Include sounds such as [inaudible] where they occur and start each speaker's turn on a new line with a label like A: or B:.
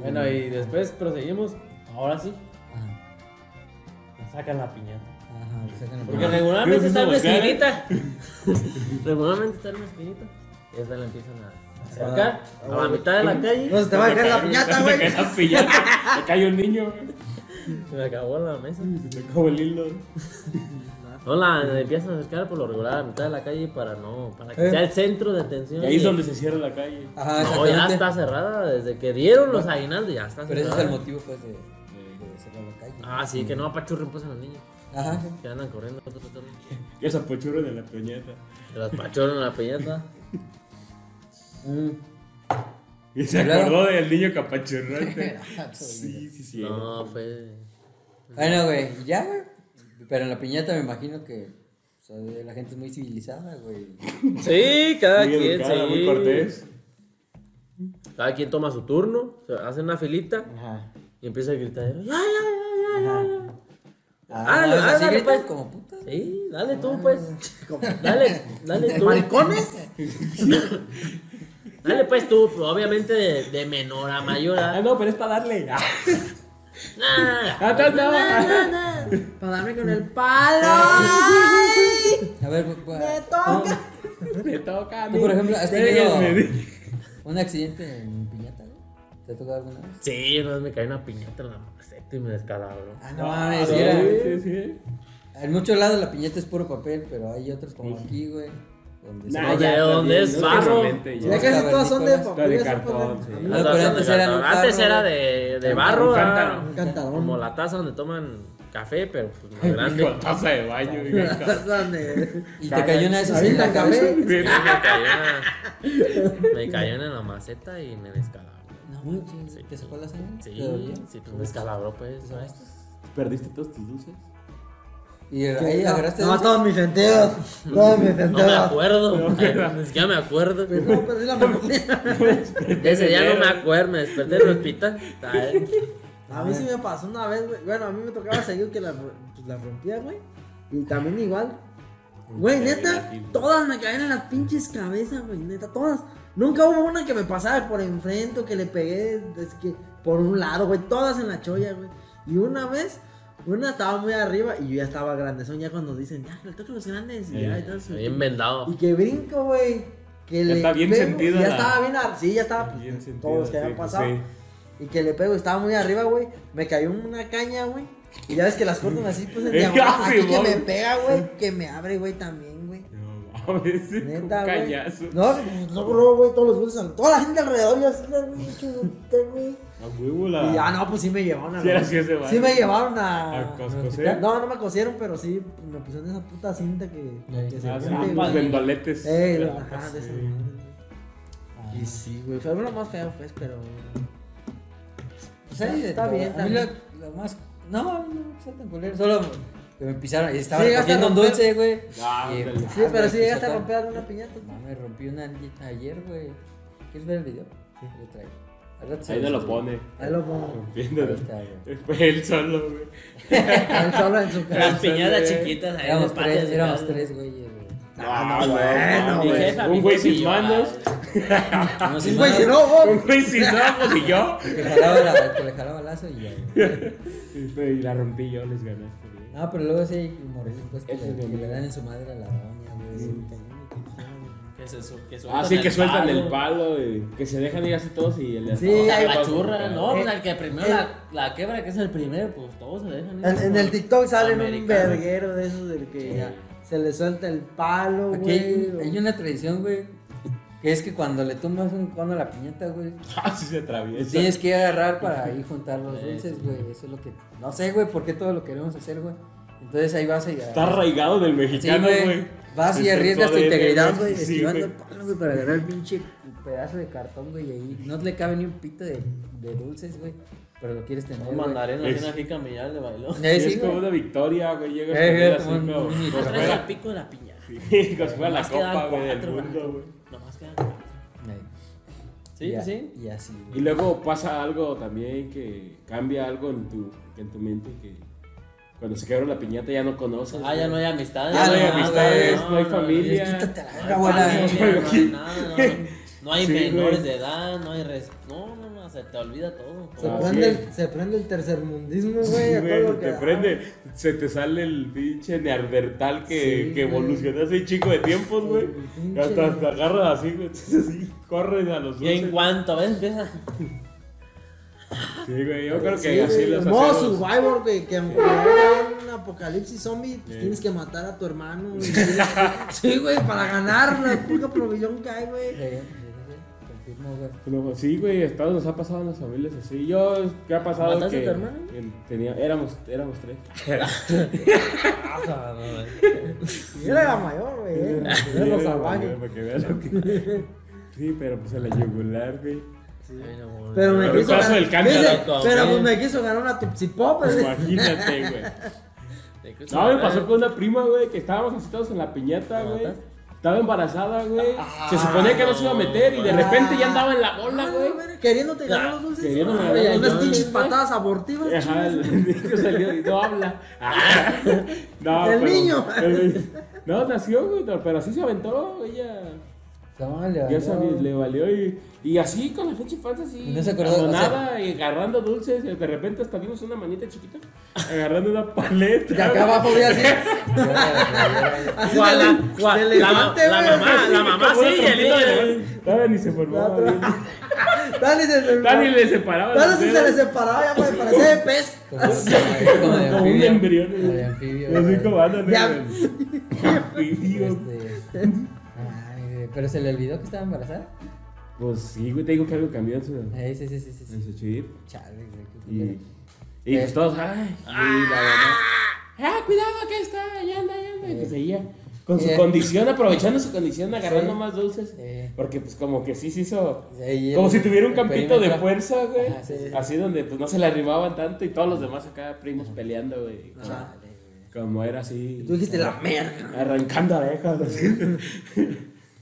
A: Bueno,
B: Mm.
A: y después proseguimos. Ahora sí,
C: Ajá.
A: sacan la piñata.
C: Ajá, que sacan el-
A: Porque regularmente está en una
B: Voltear.
A: esquinita.
B: [laughs]
A: regularmente está en una esquinita. Y esa la empiezan a acercar a la mitad de la calle.
C: No se te va a caer la piñata,
B: Se
C: güey.
A: [laughs]
B: cae la piñata, se cae un niño, güey.
A: Se me acabó la mesa.
B: Se le acabó el hilo.
A: No, la empiezan a acercar por lo regular a la mitad de la calle para no, para que
C: Eh.
A: sea el centro de atención.
B: Y ahí es
A: y-
B: donde se cierra la calle.
C: Ajá,
A: No, ya
C: exactamente.
A: está cerrada. Desde que dieron los aguinaldos, ya está
C: Pero ese
A: cerrada.
C: es el motivo, pues, de, de cerrar la calle.
A: Ah, sí, que no apachurren pues a los niños.
C: Ajá.
A: Que andan corriendo. tu, tu, tu, tu.
B: Que se apachurran en la piñata.
A: Se las apachurran a la piñata.
C: Mm.
B: Y se
C: ¿Y luego?
B: acordó del niño capachurrante. Sí, sí, sí.
A: No, fue.
C: Bueno, güey, y ya, güey. Pero en la piñata me imagino que o sea, la gente es muy civilizada, güey.
A: Sí, cada
B: Muy
A: quien.
B: educada,
A: sí.
B: muy cortés.
A: Cada quien toma su turno, se hace una filita
C: Ajá.
A: y empieza a gritar. ¡Ya, ya, ya, ya, ya, ya!
C: Ah,
A: Ándale,
C: o sea, sí
A: ándale,
C: gritan
A: pues.
C: como putas.
A: Sí, dale tú,
B: [laughs]
A: pues. Dale, dale tú. Dale, pues tú, pero obviamente de, de menor a mayor.
B: Ah,
A: ¿ah?
B: no, pero es para darle.
A: [laughs]
B: Ah,
A: Nah,
B: ah, no, no.
A: Para darme con el palo.
C: A ver, güey, güey,
B: Me toca a
C: Tú,
B: mí.
C: por ejemplo, has
B: Péguenme.
C: un accidente en piñata, güey. ¿Te ha tocado alguna vez?
A: Sí, una vez me caí una piñata en la maceta y me descalabró.
C: Ah,
B: No,
C: no mames,
B: sí,
C: era.
B: sí, sí.
C: En muchos lados la piñata es puro papel, pero hay otros como aquí, güey. Donde se-
B: Nah,
A: Oye,
B: ya,
A: ¿dónde
B: también,
A: es
B: no,
A: barro?
B: últimamente ya.
D: Ya casi todas son de
C: Está
B: de
D: papel.
B: cartón, sí.
C: No,
A: Ah,
C: pero
A: entonces,
C: antes era en un
A: claro, antes
C: tarro.
A: era de, de
C: Un
A: barro,
B: cántaro.
A: ah,
D: Un cantarón.
A: como la taza donde toman café, pero pues
B: [laughs]
A: más
B: Ah, Con
A: grande.
B: taza de baño.
D: [laughs]
B: güey.
C: Y te cayó una de esas en
D: Ahorita
C: la
D: acabé.
C: cabeza.
A: Sí, me cayó, una- me cayó en la maceta y me descalabró.
C: No manches,
A: Sí.
C: ¿te sacó la sangre?
A: Sí,
C: ¿Te dolía?
A: sí, pues me descalabró, pues. ¿no?
B: ¿Perdiste todos tus dulces?
C: Y ahí agarraste.
D: No,
C: dulces?
D: todos mis sentidos. Todos mis
A: No me
D: sentidos.
A: acuerdo, ay, ni siquiera me acuerdo.
D: No, perdí la memoria.
A: De ese día no me acuerdo, me desperté en el hospital. Ay,
D: A mí sí me pasó una vez, güey. Bueno, a mí me tocaba seguir que la, pues, la rompía, güey. Y también igual. Güey, neta, todas me caían en las pinches cabezas, güey. Neta, todas. Nunca hubo una que me pasara por enfrente o que le pegué es que, por un lado, güey. Todas en la cholla, güey. Y una vez, una estaba muy arriba y yo ya estaba grande. Son ya cuando dicen, ya, le tocan los grandes.
B: Eh,
D: Y ya, y todo eso.
A: Bien vendado.
D: Y que brinco, güey.
B: Ya
D: Que le
B: está bien
D: pego,
B: sentida
D: Ya
B: la-
D: estaba bien ar- Sí, ya estaba. pues,
B: Bien sentida,
D: todos los que
B: sí,
D: habían
B: pues,
D: pasado.
B: sí.
D: Y que le pego, estaba muy arriba, güey. Me cayó una caña, güey. Y ya ves que las cortan así, pues
B: [laughs]
D: en
B: Ya,
D: diagonal. Aquí
B: sí,
D: que
B: vamos.
D: me pega, güey. Que me abre, güey, también, güey.
B: No mames, [laughs] un
D: Neta, güey.
B: cañazo.
D: No, pues, luego, luego, güey, todos los dulces, toda la gente alrededor, yo así, güey, güey.
B: A huevo la.
D: Y ya, no, pues sí me llevaron a.
B: Sí, era así ese
D: sí
B: baile.
D: me llevaron a.
B: A coscosear.
D: No, no me cosieron, pero sí pues, me pusieron esa puta cinta que, que se
B: Ah, sí,
D: siente,
B: más
D: güey.
B: vendoletes.
D: Ey,
B: Pero,
D: ajá,
B: Ah, sí.
D: de esa madre.
C: Ah,
D: Y sí, güey, fue lo más feo, pues, pero.
C: Pues ahí de
D: Está
C: todo.
D: bien,
C: A mí
D: está
C: lo, lo más. No, a mí no me saltan culero. Solo que me pisaron. Y estaba
D: Sí, llegaste
C: recogiendo
D: a
C: un
D: romper.
C: dulce, güey.
B: Ah,
C: Y,
B: ándale.
D: Sí,
C: ah,
D: pero
C: me
D: sí llegaste a
C: pisotearon.
D: romper alguna piñata.
C: No, me rompí una ali- ayer, güey. ¿Quieres ver el video? Sí. Lo traigo. Al rato se
B: Ahí no lo
C: subo.
B: pone.
D: Ahí lo pongo.
B: Rompiéndolo.
C: Ahí está, güey.
B: Fue pues, él solo, güey.
D: Él solo en su casa.
A: Las piñatas chiquitas ahí en el
C: Éramos
A: patio
C: tres,
A: de
C: éramos
A: casa.
C: tres, güey. güey.
B: Ah,
D: no, bueno,
B: mames.
A: güey.
B: Un güey sin
A: Llorar. [laughs]
B: manos,
C: No,
B: [laughs]
D: Sí, güey, si no,
B: un
D: vos.
B: güey sin ojos y yo.
C: Que jalaba la- que le jalaba lazo y ya, güey.
B: Y la rompí yo, les ganaste, güey.
C: No, pero luego sí hay morelos pues, que,
B: Ese es
C: le,
B: mi
C: que le
B: amigo.
C: dan en su madre a la doña, güey.
A: Que se su- que sueltan
B: Ah, sí,
A: el
B: que sueltan
A: palo.
B: el palo y que se dejan ir así todos y el
D: Sí,
B: No,
A: La
D: ahí
B: pasa,
A: pachurra,
B: güey. [laughs]
A: no,
D: Eh,
A: pues al que primero
D: eh.
A: la, la quebra, que es el primero, pues todos se dejan. ir.
D: En, en el TikTok salen un
A: Americano.
D: verguero de esos del que
B: Sí.
D: ya se le suelta el palo,
C: Aquí hay,
D: güey. o-
C: hay una tradición, güey, que es que cuando le tumbas un cono a la piñata, güey,
B: Ah, sí se atraviesa.
C: tienes que agarrar para ahí juntar los
A: Sí,
C: dulces,
A: sí.
C: güey. Eso es lo que. No sé, güey, por qué todo lo queremos hacer, güey. Entonces ahí vas a
B: Está arraigado del
C: Sí,
B: mexicano,
C: güey.
B: güey. Este,
C: Vas y arriesgas tu
B: Todo de-
C: integridad, güey,
B: sí,
C: esquivando
B: güey.
C: el palo, güey, para agarrar el pinche pedazo de cartón, güey, y ahí no le cabe ni un pito de, de dulces, güey. Pero lo quieres tener.
A: No
C: güey.
A: mandaré
B: Es-
A: una así camellar de bailó.
C: Eh,
B: Sí,
C: sí,
B: es como
C: güey.
B: una victoria, güey. Llegas
C: Eh,
B: con él
C: eh,
B: así
C: como un
B: como.
C: mini
B: como
A: Los [laughs]
C: trofeo.
A: tres
B: fuera-
A: al pico de la piña.
B: Sí, como si fuera eh, la
A: Nomás quedan
B: copa, güey, del
A: cuatro,
B: mundo,
A: vato.
B: güey.
A: Nomás quedan cuatro.
C: Ahí.
A: Sí,
C: Y a-
A: sí.
C: Y así, güey.
B: Y luego pasa algo también que cambia algo en tu, en tu mente que cuando se quebró la piñata ya no conoces.
A: Ah, ya no hay amistades.
C: Ya no hay
A: nada,
C: amistades,
B: no hay familia.
C: Quítate a la verga,
A: No hay
C: abuela.
A: familia, no hay nada, no hay- no hay
B: Sí,
A: menores
B: güey.
A: de edad, no hay res... No, no, no, o sea, te olvida todo.
D: Se,
B: Ah,
D: prende,
B: sí.
D: el, se prende el tercermundismo,
B: Sí,
D: güey. a todo
B: güey,
D: lo que
B: te
D: da.
B: prende, se te sale el pinche neandertal que,
D: Sí,
B: que
D: güey.
B: evolucionó hace un chingo de tiempos, güey.
D: El
B: Y Hasta
D: pinche-
B: te agarras así, güey. [laughs] Así, corres a los
A: Y en
B: dulces.
A: cuanto ves, empieza.
B: Sí, güey, yo creo que
D: Sí,
B: así
D: güey,
B: los
D: como
B: aceros.
D: Survivor, güey, que aunque haya un apocalipsis zombie, pues,
B: Sí.
D: tienes que matar a tu hermano. güey. sí, güey, para ganar la poca provisión que hay, güey.
C: Confirmo, güey.
B: No, pues, sí, güey, a todos nos ha pasado en las familias así. Yo, ¿qué ha pasado?
A: ¿Mataste
B: que
A: a tu hermano?
B: el- tenía, éramos, éramos tres.
A: "Ah, no, güey".
D: Y era la mayor, güey. eh, Era los salvajes.
B: Para que veas lo que- Sí, pero pues a la yugular, güey.
A: Ay, no, güey.
D: Pero me
B: Pero
D: quiso
B: el paso
D: ganar.
B: del cántaro,
D: Dice,
A: cabrón.
D: pero pues me quiso ganar una tupsipop, güey.
B: Imagínate, güey.
A: Te cruzas
B: [laughs] No, me
A: la
B: pasó
A: cara.
B: con una prima, güey, que estábamos así todos en la piñata,
A: ¿La
B: güey.
A: mataste?
B: Estaba embarazada, güey. Se suponía que no se iba a meter y de repente ya andaba en la bola,
D: Ah,
B: güey.
D: güey, Queriéndote ganar los dulces.
B: Queriéndome
D: Ah,
B: ganar
D: güey,
B: los
D: Unas
B: dulces,
D: pinches
B: güey.
D: patadas abortivas.
B: Ajá,
D: chingas.
B: [laughs] el niño salió y no
D: [laughs]
B: habla. Ah, [laughs] no,
D: El niño.
B: el- no, nació, güey, no, pero así se aventó. Ella
C: Toma, le
B: ya
C: valió.
B: sabía, le valió y, y así con la fecha falsa, así.
C: Y no se acordó, o
B: nada, y agarrando dulces. y de repente hasta vimos una manita chiquita agarrando una paleta.
D: De acá abajo, güey, así. Así
A: Guau, la-
D: de-
A: guau,
D: de
A: la ma-
D: elefante,
A: la
D: güey.
A: mamá, la mamá sí, y el niño de-
B: Dani ni se formaba. güey.
D: Dani se le
B: Dani le separaba.
D: Dani
B: las
D: se, le
B: venas.
D: separaba, ya güey, parecía de pez.
C: Como, como de
B: Como un
C: anfibio.
B: embrión,
C: Como
B: güey.
C: de anfibio.
B: Los
C: güey.
B: cinco bandas,
D: Ya.
C: Este, ay, güey, Pero se le olvidó que estaba embarazada.
B: Pues sí, güey, te digo que algo cambió en su,
C: Ay, sí, sí, sí, sí.
B: en
C: sí.
B: su chip.
C: Chale, güey. qué
B: Y,
C: culero.
B: y pues todos, ay, y la mamá, ah, cuidado, que está, ya anda, ya anda. Y pues ella, con su
C: Eh.
B: condición, aprovechando su condición, agarrando
C: Sí.
B: más dulces.
C: Eh.
B: Porque pues como que sí se hizo,
C: Sí, y
B: como
C: el-
B: si tuviera un
C: el
B: campito de
C: perímetro.
B: fuerza, güey.
C: Ajá, sí, sí, sí.
B: Así donde pues no se le arrimaban tanto y todos los demás acá primos peleando, güey. Como,
D: Ajá.
B: como era así.
D: Tú dijiste la merda.
B: Arrancando orejas. así.